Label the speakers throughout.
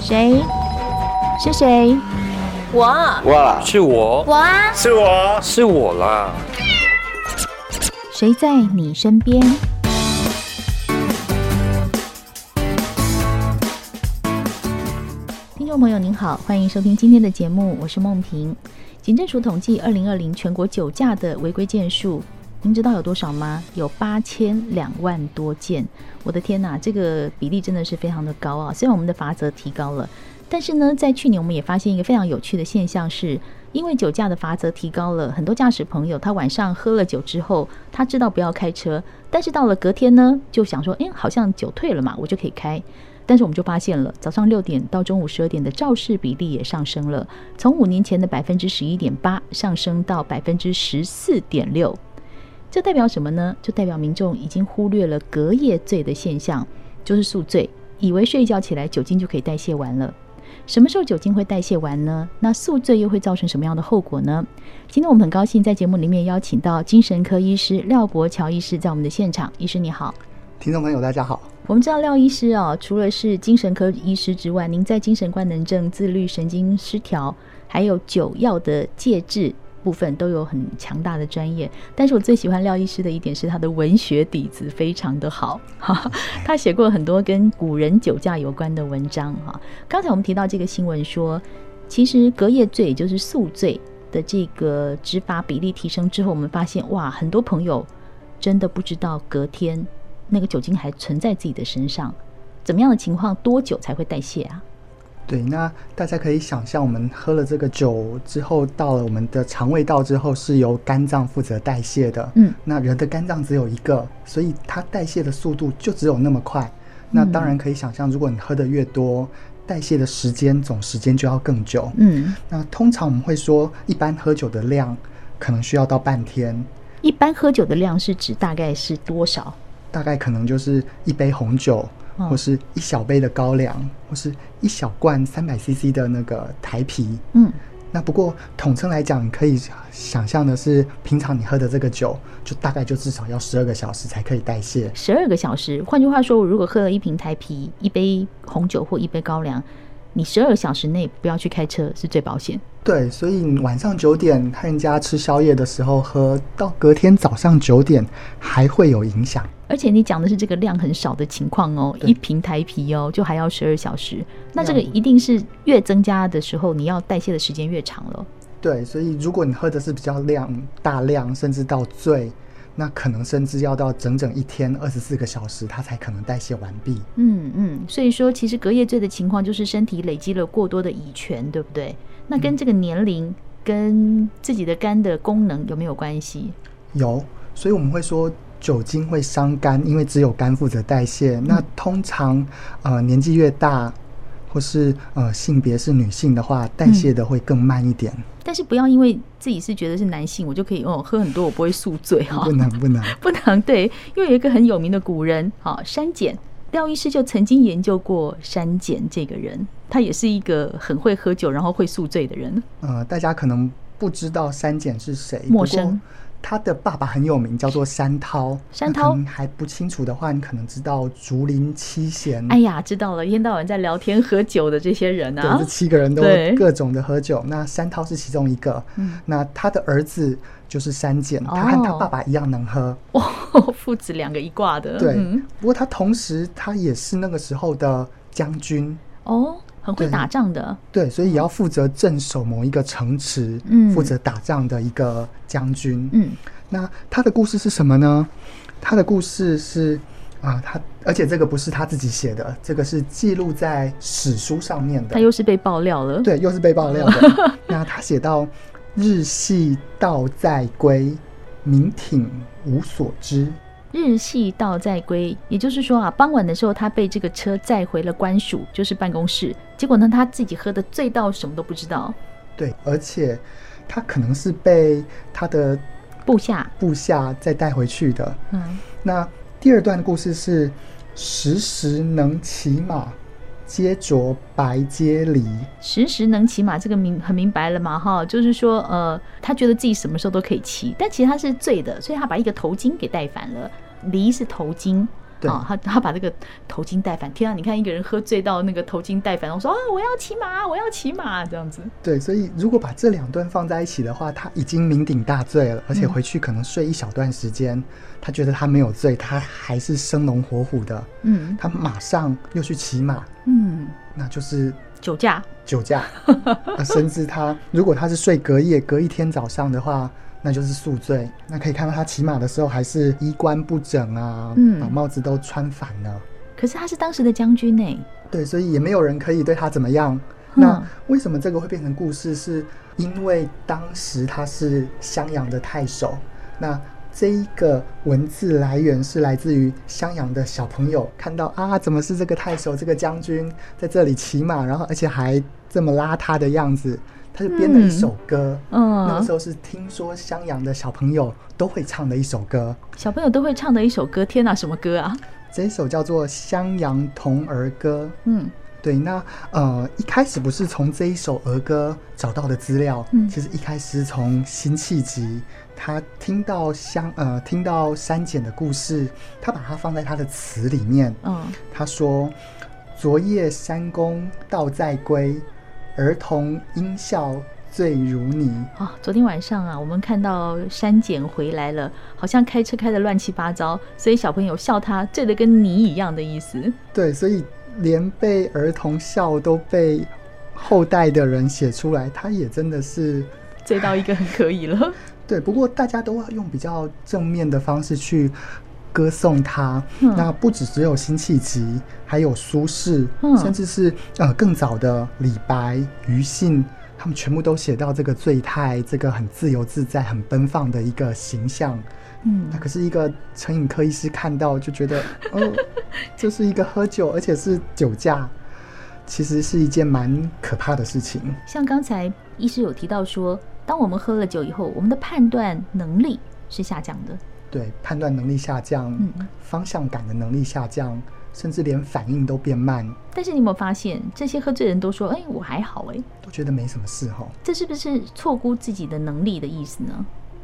Speaker 1: 谁？是谁？
Speaker 2: 我
Speaker 3: 我
Speaker 4: 是我，
Speaker 2: 我啊，
Speaker 3: 是我，
Speaker 4: 是我啦。
Speaker 1: 谁在你身边？听众朋友您好，欢迎收听今天的节目，我是梦萍。警政署统计，二零二零全国酒驾的违规件数，您知道有多少吗？有八千两万多件。我的天哪，这个比例真的是非常的高啊！虽然我们的罚则提高了，但是呢，在去年我们也发现一个非常有趣的现象是。因为酒驾的罚则提高了，很多驾驶朋友他晚上喝了酒之后，他知道不要开车，但是到了隔天呢，就想说，哎，好像酒退了嘛，我就可以开。但是我们就发现了，早上六点到中午十二点的肇事比例也上升了，从五年前的百分之十一点八上升到百分之十四点六。这代表什么呢？就代表民众已经忽略了隔夜醉的现象，就是宿醉，以为睡一觉起来酒精就可以代谢完了。什么时候酒精会代谢完呢？那宿醉又会造成什么样的后果呢？今天我们很高兴在节目里面邀请到精神科医师廖伯乔医师在我们的现场。医师你好，
Speaker 5: 听众朋友大家好，
Speaker 1: 我们知道廖医师哦，除了是精神科医师之外，您在精神官能症、自律神经失调，还有酒药的戒治部分都有很强大的专业。但是我最喜欢廖医师的一点是他的文学底子非常的好，哈，他写过很多跟古人酒驾有关的文章哈。刚才我们提到这个新闻说，其实隔夜醉也就是宿醉的这个执法比例提升之后，我们发现哇，很多朋友真的不知道隔天那个酒精还存在自己的身上，怎么样的情况多久才会代谢啊？
Speaker 5: 对，那大家可以想象，我们喝了这个酒之后，到了我们的肠胃道之后，是由肝脏负责代谢的。
Speaker 1: 嗯，
Speaker 5: 那人的肝脏只有一个，所以它代谢的速度就只有那么快。那当然可以想象，如果你喝的越多，代谢的时间总时间就要更久。
Speaker 1: 嗯，
Speaker 5: 那通常我们会说，一般喝酒的量可能需要到半天，
Speaker 1: 一般喝酒的量是指大概是多少？
Speaker 5: 大概可能就是一杯红酒，
Speaker 1: 嗯
Speaker 5: 或是一小杯的高粱，或是一小罐三百 CC 的那个台啤。
Speaker 1: 嗯，
Speaker 5: 那不过统称来讲，可以想象的是，平常你喝的这个酒，就大概就至少要十二个小时才可以代谢。
Speaker 1: 十二个小时。换句话说，我如果喝了一瓶台啤、一杯红酒或一杯高粱，你十二小时内不要去开车是最保险。
Speaker 5: 对，所以你晚上九点和人家吃宵夜的时候喝，到隔天早上九点还会有影响。
Speaker 1: 而且你讲的是这个量很少的情况哦，
Speaker 5: 对
Speaker 1: 一瓶台啤哦，就还要十二小时。那这个
Speaker 5: 量
Speaker 1: 一定是越增加的时候，你要代谢的时间越长了。
Speaker 5: 对，所以如果你喝的是比较量大量，甚至到醉，那可能甚至要到整整一天二十四个小时，它才可能代谢完毕。
Speaker 1: 嗯嗯，所以说其实隔夜醉的情况就是身体累积了过多的乙醛，对不对？那跟这个年龄、跟自己的肝的功能有没有关系？
Speaker 5: 有，所以我们会说酒精会伤肝，因为只有肝负责代谢。那通常呃年纪越大，或是呃性别是女性的话，代谢的会更慢一点。
Speaker 1: 但是不要因为自己是觉得是男性，我就可以哦喝很多，我不会宿醉哈、
Speaker 5: 不能不能，
Speaker 1: 不能对，因为有一个很有名的古人，好、山简，廖医师就曾经研究过山简这个人，他也是一个很会喝酒，然后会宿醉的人。
Speaker 5: 呃，大家可能不知道山简是谁，
Speaker 1: 陌
Speaker 5: 不过
Speaker 1: 生
Speaker 5: 他的爸爸很有名，叫做山涛。
Speaker 1: 山
Speaker 5: 那
Speaker 1: 涛
Speaker 5: 可能还不清楚的话，你可能知道竹林七贤。
Speaker 1: 哎呀，知道了，一天到晚在聊天喝酒的这些人
Speaker 5: 对，
Speaker 1: 啊
Speaker 5: 这，七个人都
Speaker 1: 对
Speaker 5: 各种的喝酒。那山涛是其中一个，
Speaker 1: 嗯
Speaker 5: 那他的儿子就是山简，他和他
Speaker 1: 哦
Speaker 5: 爸爸一样能喝。
Speaker 1: 父子两个一挂的，
Speaker 5: 对
Speaker 1: 嗯，
Speaker 5: 不过他同时他也是那个时候的将军，
Speaker 1: 哦，很会
Speaker 5: 对
Speaker 1: 打仗的，
Speaker 5: 对，所以也要负责镇守某一个城池，
Speaker 1: 嗯
Speaker 5: 负责打仗的一个将军。
Speaker 1: 嗯
Speaker 5: 那他的故事是什么呢？他的故事是啊、他而且这个不是他自己写的，这个是记录在史书上面的。
Speaker 1: 他又是被爆料了，
Speaker 5: 对，又是被爆料的。 那他写到：“日系道在归，明挺无所知。
Speaker 1: 日系道在归，也就是说啊，傍晚的时候他被这个车载回了官署，就是办公室，结果呢他自己喝的醉到什么都不知道，”
Speaker 5: 对，而且他可能是被他的
Speaker 1: 部下，
Speaker 5: 部下再带回去的。
Speaker 1: 嗯，
Speaker 5: 那第二段故事是：“时时能骑马，皆着白阶离。
Speaker 1: 时时能骑马，这个明很明白了嘛哈，就是说呃，他觉得自己什么时候都可以骑，但其实他是醉的，所以他把一个头巾给带反了。梨是头巾，
Speaker 5: 对
Speaker 1: 哦，他他把这个头巾戴反，天啊！你看一个人喝醉到那个头巾戴反，我说啊，我要骑马，我要骑马，这样子。
Speaker 5: 对，所以如果把这两段放在一起的话，他已经酩酊大醉了，而且回去可能睡一小段时间，他觉得他没有醉，他还是生龙活虎的，
Speaker 1: 嗯
Speaker 5: 他马上又去骑马，
Speaker 1: 嗯，
Speaker 5: 那就是
Speaker 1: 酒驾，
Speaker 5: 酒驾，啊甚至他如果他是睡隔夜，隔一天早上的话，那就是宿醉。那可以看到他骑马的时候还是衣冠不整啊，
Speaker 1: 嗯
Speaker 5: 把帽子都穿反了。
Speaker 1: 可是他是当时的将军呢。
Speaker 5: 对，所以也没有人可以对他怎么样。
Speaker 1: 嗯
Speaker 5: 那为什么这个会变成故事？是因为当时他是襄阳的太守。那这一个文字来源是来自于襄阳的小朋友看到啊，怎么是这个太守、这个将军在这里骑马，然后而且还这么邋遢的样子，他就编了一首歌。那个
Speaker 1: 嗯
Speaker 5: 时，候是听说襄阳的小朋友都会唱的一首歌，
Speaker 1: 小朋友都会唱的一首歌，天哪，什么歌啊？
Speaker 5: 这一首叫做《襄阳童儿歌》。
Speaker 1: 嗯
Speaker 5: 对，那呃一开始不是从这一首儿歌找到的资料，
Speaker 1: 嗯
Speaker 5: 其实一开始是从辛弃疾，他听到乡呃听到删减的故事，他把它放在他的词里面，
Speaker 1: 嗯
Speaker 5: 他说：“昨夜山公道在归，儿童应笑醉如泥。
Speaker 1: 啊，昨天晚上啊，我们看到山简回来了，好像开车开的乱七八糟，所以小朋友笑他醉得跟泥一样的意思。”
Speaker 5: 对，所以连被儿童笑都被后代的人写出来，他也真的是
Speaker 1: 醉到一个很可以 了。
Speaker 5: 对，不过大家都要用比较正面的方式去歌颂他。
Speaker 1: 嗯
Speaker 5: 那不只只有辛弃疾，还有苏轼，
Speaker 1: 嗯
Speaker 5: 甚至是呃更早的李白、庾信，他们全部都写到这个醉态，这个很自由自在、很奔放的一个形象。
Speaker 1: 嗯
Speaker 5: 那可是一个成瘾科医师看到就觉得，哦，这是一个喝酒，而且是酒驾，其实是一件蛮可怕的事情。
Speaker 1: 像刚才医师有提到说，当我们喝了酒以后，我们的判断能力是下降的。
Speaker 5: 对，判断能力下降，
Speaker 1: 嗯
Speaker 5: 方向感的能力下降，甚至连反应都变慢，
Speaker 1: 但是你有没有发现，这些喝醉的人都说：“哎，我还好哎。
Speaker 5: 都觉得没什么事哈。”
Speaker 1: 这是不是错估自己的能力的意思呢？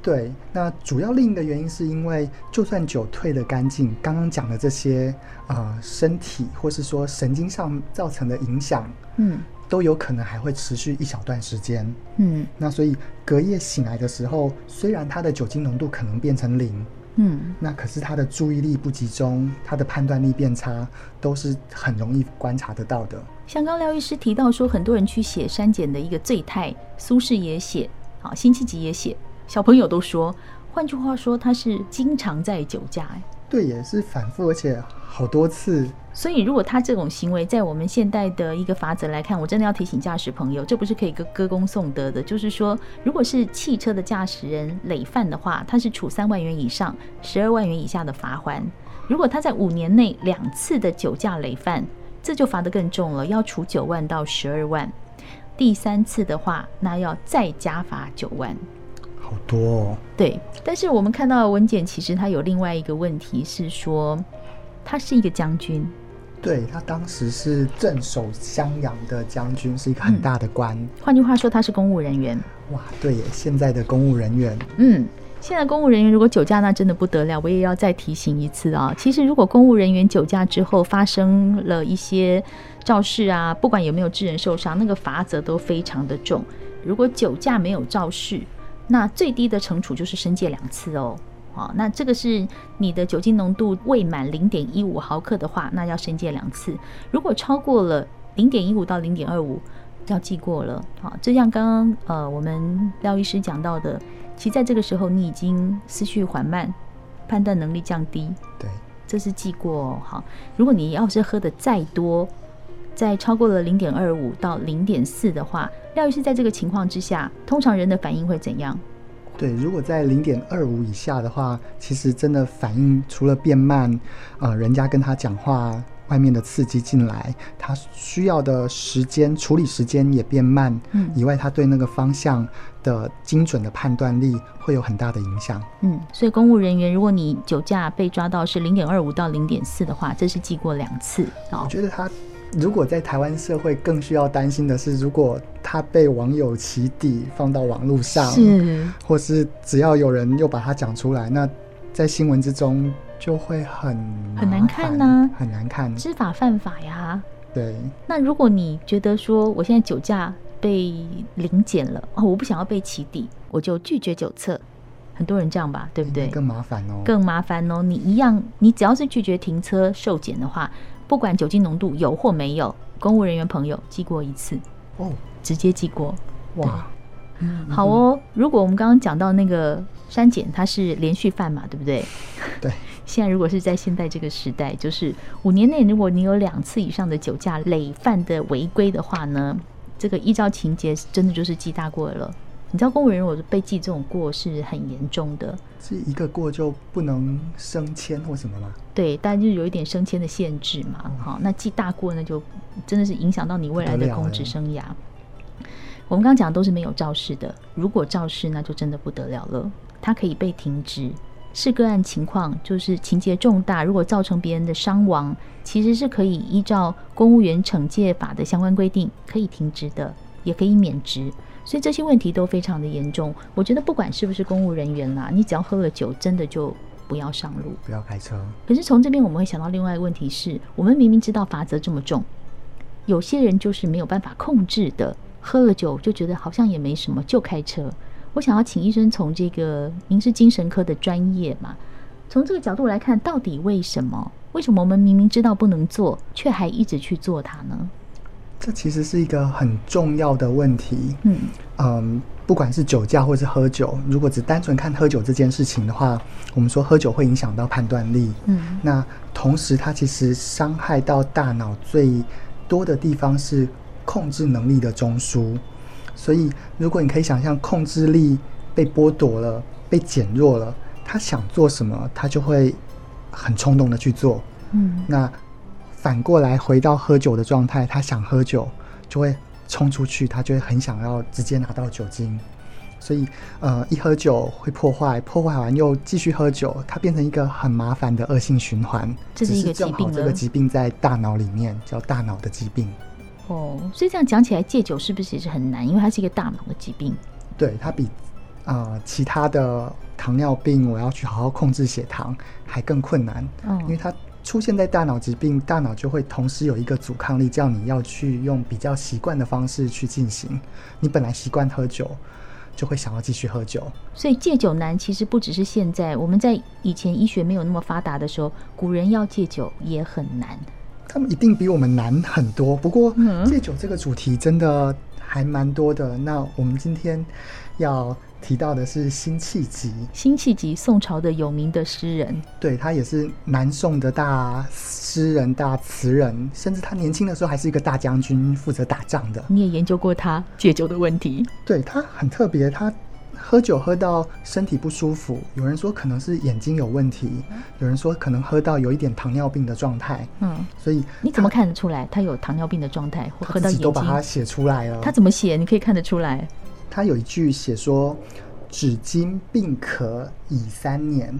Speaker 5: 对，那主要另一个原因是因为，就算酒退得干净，刚刚讲的这些呃身体或是说神经上造成的影响，
Speaker 1: 嗯
Speaker 5: 都有可能还会持续一小段时间。
Speaker 1: 嗯
Speaker 5: 那所以隔夜醒来的时候，虽然它的酒精浓度可能变成零，
Speaker 1: 嗯，
Speaker 5: 那可是他的注意力不集中，他的判断力变差，都是很容易观察得到的。
Speaker 1: 像刚廖医师提到说，很多人去写删减的一个醉态，苏轼也写，好，辛弃疾也写，小朋友都说。换句话说，他是经常在酒驾、哎。
Speaker 5: 对，也是反复，而且好多次。
Speaker 1: 所以，如果他这种行为在我们现代的一个法则来看，我真的要提醒驾驶朋友，这不是可以歌歌功颂德的。就是说，如果是汽车的驾驶人累犯的话，他是处三万元以上十二万元以下的罚款；如果他在五年内两次的酒驾累犯，这就罚得更重了，要处九万到十二万。第三次的话，那要再加罚九万。
Speaker 5: 好多哦，
Speaker 1: 对，但是我们看到文检，其实他有另外一个问题是说，他是一个将军，
Speaker 5: 对他当时是镇守襄阳的将军，是一个很大的官。
Speaker 1: 换句话说，他是公务人员。
Speaker 5: 哇，对耶，现在的公务人员，
Speaker 1: 嗯，现在公务人员如果酒驾，那真的不得了。我也要再提醒一次啊，其实如果公务人员酒驾之后发生了一些肇事啊，不管有没有致人受伤，那个罚则都非常的重。如果酒驾没有肇事，那最低的惩处就是申诫两次哦。好、那这个是你的酒精浓度未满零点一五毫克的话，那要申诫两次。如果超过了零点一五到零点二五，要记过了。好、就像刚刚呃我们廖医师讲到的，其实在这个时候你已经思绪缓慢，判断能力降低，
Speaker 5: 对，
Speaker 1: 这是记过、哦。好，如果你要是喝的再多，在超过了零点二五到零点四的话，廖医师在这个情况之下，通常人的反应会怎样？
Speaker 5: 对，如果在零点二五以下的话，其实真的反应除了变慢，呃，人家跟他讲话，外面的刺激进来，他需要的时间处理时间也变慢，
Speaker 1: 嗯
Speaker 5: 以外，他对那个方向的精准的判断力会有很大的影响。
Speaker 1: 嗯，所以公务人员，如果你酒驾被抓到是零点二五到零点四的话，这是记过两次
Speaker 5: 我
Speaker 1: 哦。
Speaker 5: 觉得他如果在台湾社会更需要担心的是，如果他被网友起底放到网络上，
Speaker 1: 是，
Speaker 5: 或是只要有人又把他讲出来，那在新闻之中就会很
Speaker 1: 很难
Speaker 5: 麻
Speaker 1: 看啊
Speaker 5: 烦
Speaker 1: 呐
Speaker 5: 很难看。
Speaker 1: 知法犯法呀。
Speaker 5: 对，
Speaker 1: 那如果你觉得说我现在酒驾被零检了哦，我不想要被起底，我就拒绝酒测。很多人这样吧，对不
Speaker 5: 那
Speaker 1: 对？
Speaker 5: 更麻烦哦。
Speaker 1: 更麻烦哦。你一样，你只要是拒绝停车受检的话，不管酒精浓度有或没有，公务人员朋友记过一次，
Speaker 5: 哦，
Speaker 1: 直接记过。
Speaker 5: 哇，
Speaker 1: 好哦，如果我们刚刚讲到那个删减，它是连续犯嘛，对不对？
Speaker 5: 对。
Speaker 1: 现在如果是在现代这个时代，就是五年内，如果你有两次以上的酒驾累犯的违规的话呢，这个依照情节真的就是记大过了。你知道公务人员我被记这种过是很严重的，
Speaker 5: 这一个过就不能升迁或什么吗？
Speaker 1: 对，但就是有一点升迁的限制嘛。好、那记大过呢，就真的是影响到你未来
Speaker 5: 不
Speaker 1: 的
Speaker 5: 得了
Speaker 1: 公职
Speaker 5: 欸
Speaker 1: 生涯。我们刚刚讲的都是没有肇事的，如果肇事，那就真的不得了了，它可以被停职。是个案情况，就是情节重大，如果造成别人的伤亡，其实是可以依照《公务员惩戒法》的相关规定，可以停职的，也可以免职。所以这些问题都非常的严重。我觉得不管是不是公务人员啦，你只要喝了酒，真的就不要上路。
Speaker 5: 不要开车，
Speaker 1: 可是从这边我们会想到另外一个问题是，我们明明知道罚则这么重，有些人就是没有办法控制的，喝了酒就觉得好像也没什么，就开车。我想要请医生从这个您是精神科的专业嘛，从这个角度来看，到底为什么？为什么我们明明知道不能做，却还一直去做它呢？
Speaker 5: 这其实是一个很重要的问题。
Speaker 1: 嗯，
Speaker 5: 嗯，不管是酒驾或是喝酒，如果只单纯看喝酒这件事情的话，我们说喝酒会影响到判断力。
Speaker 1: 嗯，
Speaker 5: 那同时它其实伤害到大脑最多的地方是控制能力的中枢。所以，如果你可以想象控制力被剥夺了、被减弱了，他想做什么，他就会很冲动的去做。
Speaker 1: 嗯，
Speaker 5: 那反过来回到喝酒的状态，他想喝酒就会冲出去，他就会很想要直接拿到酒精，所以呃，一喝酒会破坏，破坏完又继续喝酒，它变成一个很麻烦的恶性循环。
Speaker 1: 这是
Speaker 5: 只
Speaker 1: 一个疾
Speaker 5: 正好
Speaker 1: 病
Speaker 5: 这
Speaker 1: 了
Speaker 5: 个疾病在大脑里面叫大脑的疾病，
Speaker 1: 哦，所以这样讲起来，戒酒是不是也是很难？因为它是一个大脑的疾病。
Speaker 5: 对它比呃其他的糖尿病，我要去好好控制血糖还更困难。因为
Speaker 1: 嗯，
Speaker 5: 它出现在大脑疾病，大脑就会同时有一个阻抗力，叫你要去用比较习惯的方式去进行。你本来习惯喝酒，就会想要继续喝酒。
Speaker 1: 所以戒酒难其实不只是现在，我们在以前医学没有那么发达的时候，古人要戒酒也很难。
Speaker 5: 他们一定比我们难很多。不过
Speaker 1: 嗯
Speaker 5: 戒酒这个主题真的还蛮多的。那我们今天要提到的是辛弃疾，
Speaker 1: 辛弃疾，宋朝的有名的诗人，
Speaker 5: 对他也是南宋的大诗人、大词人，甚至他年轻的时候还是一个大将军，负责打仗的。
Speaker 1: 你也研究过他戒酒的问题。
Speaker 5: 对他很特别，他喝酒喝到身体不舒服，有人说可能是眼睛有问题，有人说可能喝到有一点糖尿病的状态，
Speaker 1: 嗯，
Speaker 5: 所以
Speaker 1: 你怎么看得出来他有糖尿病的状态，或
Speaker 5: 他
Speaker 1: 喝
Speaker 5: 自
Speaker 1: 到
Speaker 5: 己
Speaker 1: 眼
Speaker 5: 都把它
Speaker 1: 睛？
Speaker 5: 写出来了。
Speaker 1: 他怎么写？你可以看得出来。
Speaker 5: 他有一句写说：“只今病渴已三年。”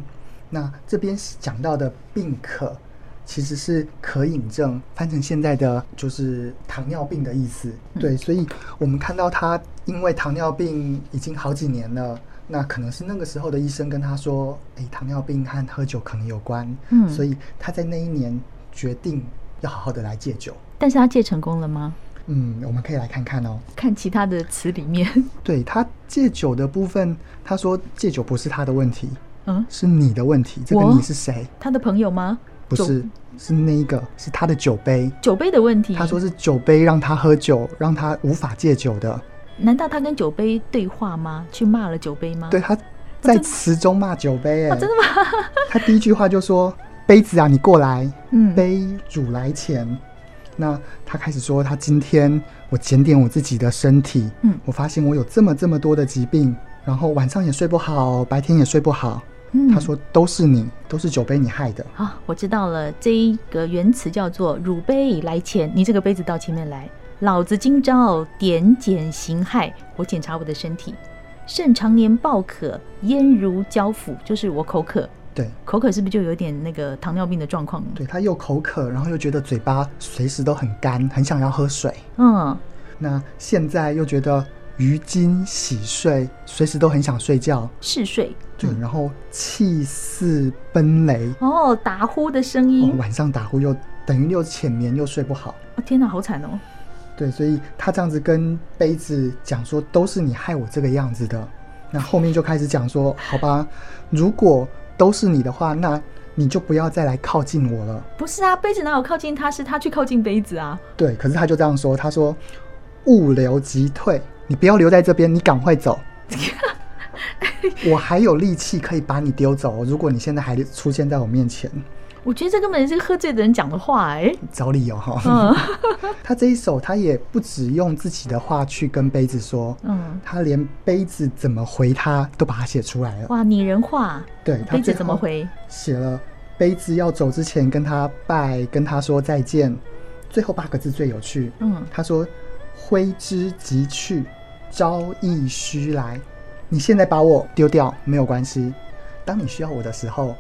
Speaker 5: 那这边讲到的病渴，其实是渴饮症，翻成现在的就是糖尿病的意思。对，所以我们看到他因为糖尿病已经好几年了。那可能是那个时候的医生跟他说：“诶，糖尿病和喝酒可能有关。”
Speaker 1: 嗯
Speaker 5: 所以他在那一年决定要好好的来戒酒。
Speaker 1: 但是他戒成功了吗？
Speaker 5: 嗯，我们可以来看看哦。
Speaker 1: 看其他的词里面，
Speaker 5: 对他戒酒的部分，他说戒酒不是他的问题，
Speaker 1: 嗯，
Speaker 5: 是你的问题。这个
Speaker 1: 我
Speaker 5: 你是谁？
Speaker 1: 他的朋友吗？
Speaker 5: 不是
Speaker 1: 酒，嗯
Speaker 5: 是那一个，是他的酒杯。
Speaker 1: 酒杯的问题。
Speaker 5: 他说是酒杯让他喝酒，让他无法戒酒的。
Speaker 1: 难道他跟酒杯对话吗？去骂了酒杯吗？
Speaker 5: 对，他在词中骂酒杯、哎、
Speaker 1: 啊真的吗？
Speaker 5: 他第一句话就说：“杯子啊，你过来，
Speaker 1: 嗯，
Speaker 5: 杯主来前。”那他开始说，他今天我检点我自己的身体，
Speaker 1: 嗯
Speaker 5: 我发现我有这么这么多的疾病，然后晚上也睡不好，白天也睡不好，
Speaker 1: 嗯
Speaker 5: 他说都是你，都是酒杯你害的。
Speaker 1: 好，我知道了，这一个原词叫做“乳杯来前”，你这个杯子到前面来。老子今朝点检行害，我检查我的身体，肾常年暴渴，咽如焦腐，就是我口渴。
Speaker 5: 对，
Speaker 1: 口渴是不是就有点那个糖尿病的状况？
Speaker 5: 对他又口渴，然后又觉得嘴巴随时都很干，很想要喝水。
Speaker 1: 嗯，
Speaker 5: 那现在又觉得鱼精、洗睡，随时都很想睡觉。
Speaker 1: 嗜睡
Speaker 5: 对，然后气势奔雷，
Speaker 1: 哦，打呼的声
Speaker 5: 哦
Speaker 1: 音，
Speaker 5: 晚上打呼又等于又浅眠又睡不好。
Speaker 1: 哦天哪，好惨哦！
Speaker 5: 对，所以他这样子跟杯子讲说，都是你害我这个样子的。那后面就开始讲说，好吧，如果都是你的话，那你就不要再来靠近我了。
Speaker 1: 不是啊，杯子哪有靠近他，是他去靠近杯子啊。
Speaker 5: 对，可是他就这样说，他说物流即退，你不要留在这边，你赶快走。 我还有力气可以把你丢走，如果你现在还出现在我面前，
Speaker 1: 我觉得这根本是喝醉的人讲的话哎、
Speaker 5: 找理由哈。
Speaker 1: 嗯
Speaker 5: 他这一首，他也不只用自己的话去跟杯子说，
Speaker 1: 嗯，
Speaker 5: 他连杯子怎么回他都把它写出来了。
Speaker 1: 哇，拟人化，
Speaker 5: 对，他
Speaker 1: 杯子
Speaker 5: 最
Speaker 1: 怎么
Speaker 5: 后
Speaker 1: 回？
Speaker 5: 写了杯子要走之前跟他拜，跟他说再见。最后八个字最有趣，
Speaker 1: 嗯，
Speaker 5: 他说：“挥之即去，朝亦须来。你现在把我丢掉没有关系，当你需要我的时候，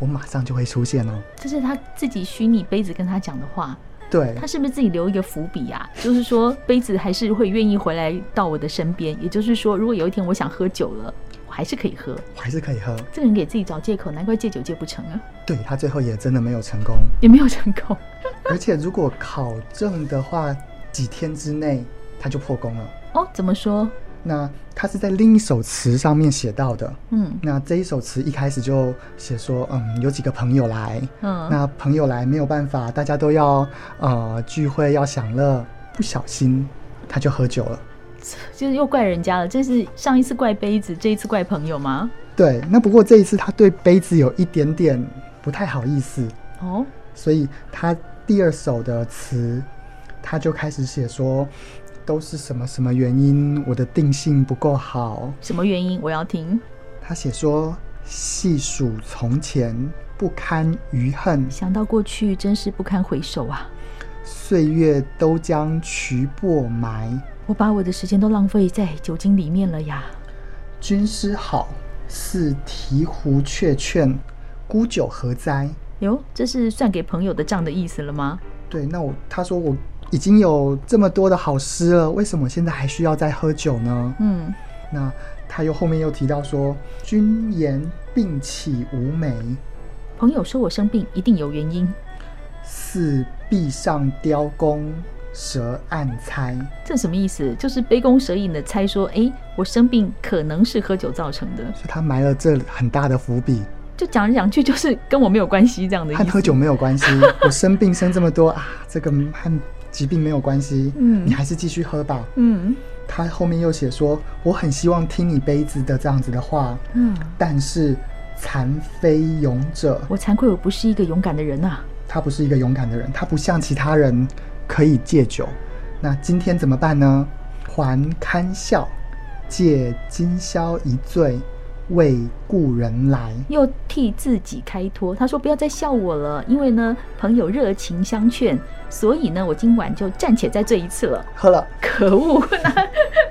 Speaker 5: 我马上就会出现哦。
Speaker 1: 这是他自己虚拟杯子跟他讲的话，”
Speaker 5: 对，
Speaker 1: 他是不是自己留一个伏笔啊？就是说，杯子还是会愿意回来到我的身边。也就是说，如果有一天我想喝酒了，我还是可以喝。
Speaker 5: 我还是可以喝。
Speaker 1: 这个人给自己找借口，难怪戒酒戒不成啊，
Speaker 5: 对他最后也真的没有成功，
Speaker 1: 也没有成功。
Speaker 5: 而且如果考证的话，几天之内他就破功了。
Speaker 1: 哦，怎么说？
Speaker 5: 那他是在另一首词上面写到的。
Speaker 1: 嗯
Speaker 5: 那这一首词一开始就写说，嗯，有几个朋友来，
Speaker 1: 嗯，
Speaker 5: 那朋友来没有办法，大家都要呃聚会要享乐，不小心他就喝酒了。
Speaker 1: 就是又怪人家了。这是上一次怪杯子，这一次怪朋友吗？
Speaker 5: 对，那不过这一次他对杯子有一点点不太好意思，
Speaker 1: 哦，
Speaker 5: 所以他第二首的词他就开始写说，都是什么什么原因，我的定性不够好。
Speaker 1: 什么原因？我要听。
Speaker 5: 他写说，细数从前不堪余恨，
Speaker 1: 想到过去，真是不堪回首啊！
Speaker 5: 岁月都将渠破埋。
Speaker 1: 我把我的时间都浪费在酒精里面了呀。
Speaker 5: 君师好，似鹈鹕雀劝，孤酒何哉？
Speaker 1: 哟，这是算给朋友的账的意思了吗？
Speaker 5: 对，那我他说我已经有这么多的好诗了，为什么现在还需要再喝酒呢？
Speaker 1: 嗯，
Speaker 5: 那他又后面又提到说，君言并起无眉，
Speaker 1: 朋友说我生病一定有原因，
Speaker 5: 似壁上雕弓，蛇暗猜。
Speaker 1: 这什么意思？就是杯弓蛇影的猜说，诶，我生病可能是喝酒造成的，
Speaker 5: 所以他埋了这很大的伏笔，
Speaker 1: 就讲来讲去就是跟我没有关系这样的意
Speaker 5: 和
Speaker 1: 思。
Speaker 5: 喝酒没有关系。我生病生这么多啊，这个和疾病没有关系，
Speaker 1: 嗯
Speaker 5: 你还是继续喝吧。
Speaker 1: 嗯
Speaker 5: 他后面又写说，我很希望听你杯子的这样子的话，
Speaker 1: 嗯，
Speaker 5: 但是残非勇者，
Speaker 1: 我惭愧，我不是一个勇敢的人啊。
Speaker 5: 他不是一个勇敢的人，他不像其他人可以戒酒。那今天怎么办呢？还堪笑，借今宵一醉，为故人来。
Speaker 1: 又替自己开脱。他说：“不要再笑我了，因为呢，朋友热情相劝，所以呢，我今晚就暂且再醉一次了。
Speaker 5: 喝了，”
Speaker 1: 可恶，那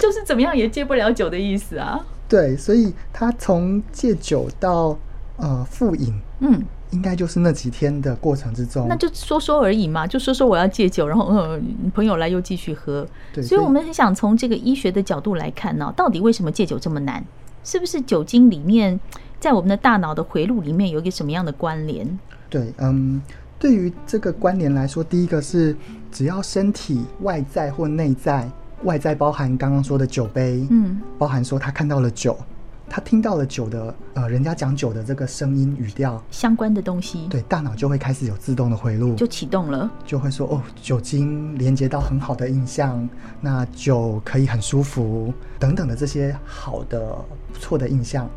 Speaker 1: 就是怎么样也戒不了酒的意思啊。
Speaker 5: 对，所以他从戒酒到呃复饮，
Speaker 1: 嗯，
Speaker 5: 应该就是那几天的过程之中。
Speaker 1: 那就说说而已嘛，就说说我要戒酒，然后嗯，朋友来又继续喝。
Speaker 5: 对，
Speaker 1: 所以我们很想从这个医学的角度来看呢、到底为什么戒酒这么难？是不是酒精里面在我们的大脑的回路里面有一个什么样的关联？
Speaker 5: 对，嗯，对于这个关联来说，第一个是只要身体外在或内在，外在包含刚刚说的酒杯，
Speaker 1: 嗯，
Speaker 5: 包含说他看到了酒，他听到了酒的呃人家讲酒的这个声音语调，
Speaker 1: 相关的东西
Speaker 5: 对，大脑就会开始有自动的回路，
Speaker 1: 就
Speaker 5: 就
Speaker 1: 启动了。
Speaker 5: 就会说哦，酒精连接到很好的印象，那酒可以很舒服等等的这些好的不错的印象。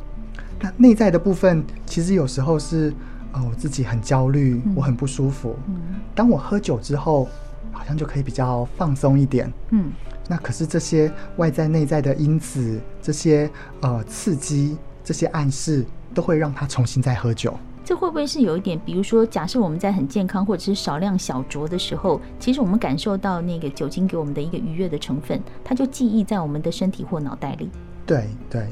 Speaker 5: 那内在的部分，其实有时候是。哦，我自己很焦虑，
Speaker 1: 嗯
Speaker 5: 我很不舒服。
Speaker 1: 嗯
Speaker 5: 当我喝酒之后，好像就可以比较放松一点。
Speaker 1: 嗯。
Speaker 5: 那可是这些外在、内在的因子，这些呃刺激、这些暗示，都会让他重新再喝酒。
Speaker 1: 这会不会是有一点？比如说，假设我们在很健康或者是少量小酌的时候，其实我们感受到那个酒精给我们的一个愉悦的成分，它就记忆在我们的身体或脑袋里。
Speaker 5: 对对，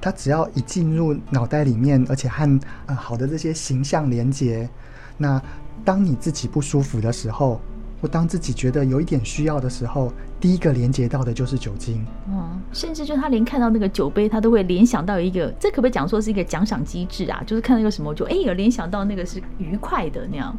Speaker 5: 他只要一进入脑袋里面，而且和呃好的这些形象连接，那当你自己不舒服的时候，或当自己觉得有一点需要的时候，第一个连接到的就是酒精。
Speaker 1: 嗯，甚至就他连看到那个酒杯，他都会联想到一个，这可不可以讲说是一个奖赏机制啊？就是看到一个什么，我就哎、有联想到那个是愉快的那样。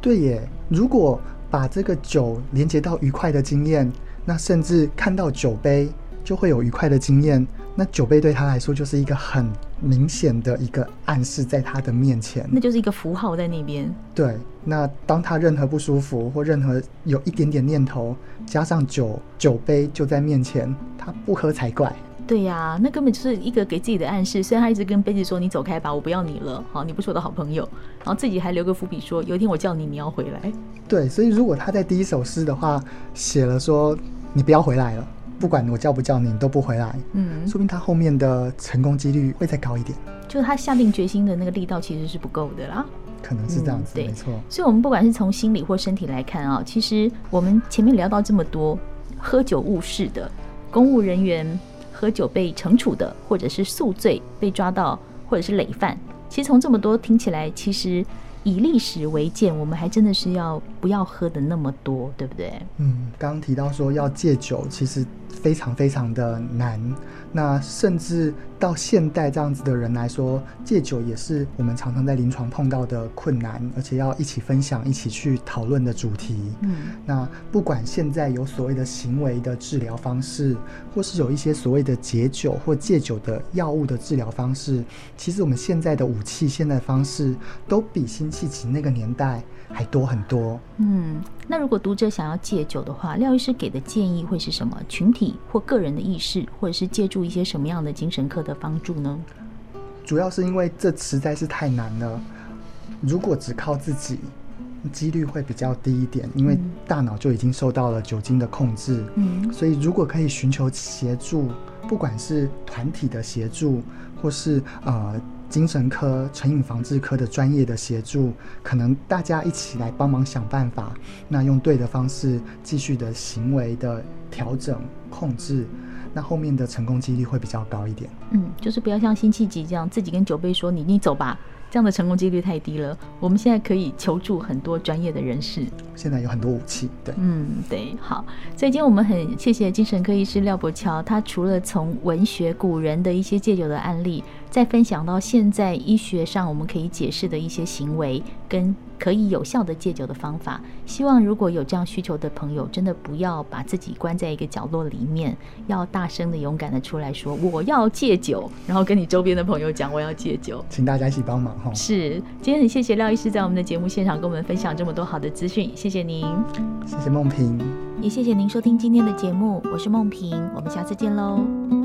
Speaker 5: 对耶，如果把这个酒连接到愉快的经验，那甚至看到酒杯就会有愉快的经验。那酒杯对他来说就是一个很明显的一个暗示，在他的面前。
Speaker 1: 那就是一个符号在那边。
Speaker 5: 对，那当他任何不舒服或任何有一点点念头，加上酒酒杯就在面前，他不喝才怪。
Speaker 1: 对呀、那根本就是一个给自己的暗示。虽然他一直跟贝蒂说：“你走开吧，我不要你了，好，你不是我的好朋友。”然后自己还留个伏笔说：“有一天我叫你，你要回来。
Speaker 5: 对，所以如果他在第一首诗的话写了说你不要回来了，不管我叫不叫你，你都不回来，”
Speaker 1: 嗯，
Speaker 5: 说明他后面的成功几率会再高一点，
Speaker 1: 就是他下定决心的那个力道其实是不够的啦。
Speaker 5: 可能是这样
Speaker 1: 嗯
Speaker 5: 子，
Speaker 1: 对
Speaker 5: 没错。
Speaker 1: 所以，我们不管是从心理或身体来看啊，其实我们前面聊到这么多，喝酒误事的，公务人员喝酒被惩处的，或者是宿醉被抓到，或者是累犯，其实从这么多听起来，其实以历史为鉴，我们还真的是要不要喝的那么多，对不对？
Speaker 5: 嗯，刚刚提到说要戒酒，其实非常非常的难。那甚至到现代这样子的人来说，戒酒也是我们常常在临床碰到的困难，而且要一起分享、一起去讨论的主题。
Speaker 1: 嗯
Speaker 5: 那不管现在有所谓的行为的治疗方式，或是有一些所谓的解酒或戒酒的药物的治疗方式，其实我们现在的武器、现在的方式，都比辛弃疾那个年代还多很多。
Speaker 1: 嗯。那如果读者想要戒酒的话，廖医师给的建议会是什么？群体或个人的意识，或者是借助一些什么样的精神科的帮助呢？
Speaker 5: 主要是因为这实在是太难了，如果只靠自己，几率会比较低一点，因为
Speaker 1: 嗯
Speaker 5: 大脑就已经受到了酒精的控制。
Speaker 1: 嗯
Speaker 5: 所以，如果可以寻求协助，不管是团体的协助，或是呃精神科、成瘾防治科的专业的协助，可能大家一起来帮忙想办法，那用对的方式继续的行为的调整控制，那后面的成功几率会比较高一点。
Speaker 1: 嗯，就是不要像辛弃疾这样自己跟酒杯说你你走吧，这样的成功几率太低了。我们现在可以求助很多专业的人士。
Speaker 5: 现在有很多武器，对。
Speaker 1: 嗯，对，好。所以今天我们很谢谢精神科医师廖伯乔，他除了从文学古人的一些戒酒的案例，再分享到现在医学上我们可以解释的一些行为跟可以有效的戒酒的方法。希望如果有这样需求的朋友，真的不要把自己关在一个角落里面，要大声的、勇敢的出来说我要戒酒，然后跟你周边的朋友讲我要戒酒。
Speaker 5: 请大家一起帮忙哈，
Speaker 1: 是，今天很谢谢廖医师在我们的节目现场跟我们分享这么多好的资讯，谢谢您。
Speaker 5: 谢谢梦萍。
Speaker 1: 也谢谢您收听今天的节目，我是梦萍，我们下次见喽。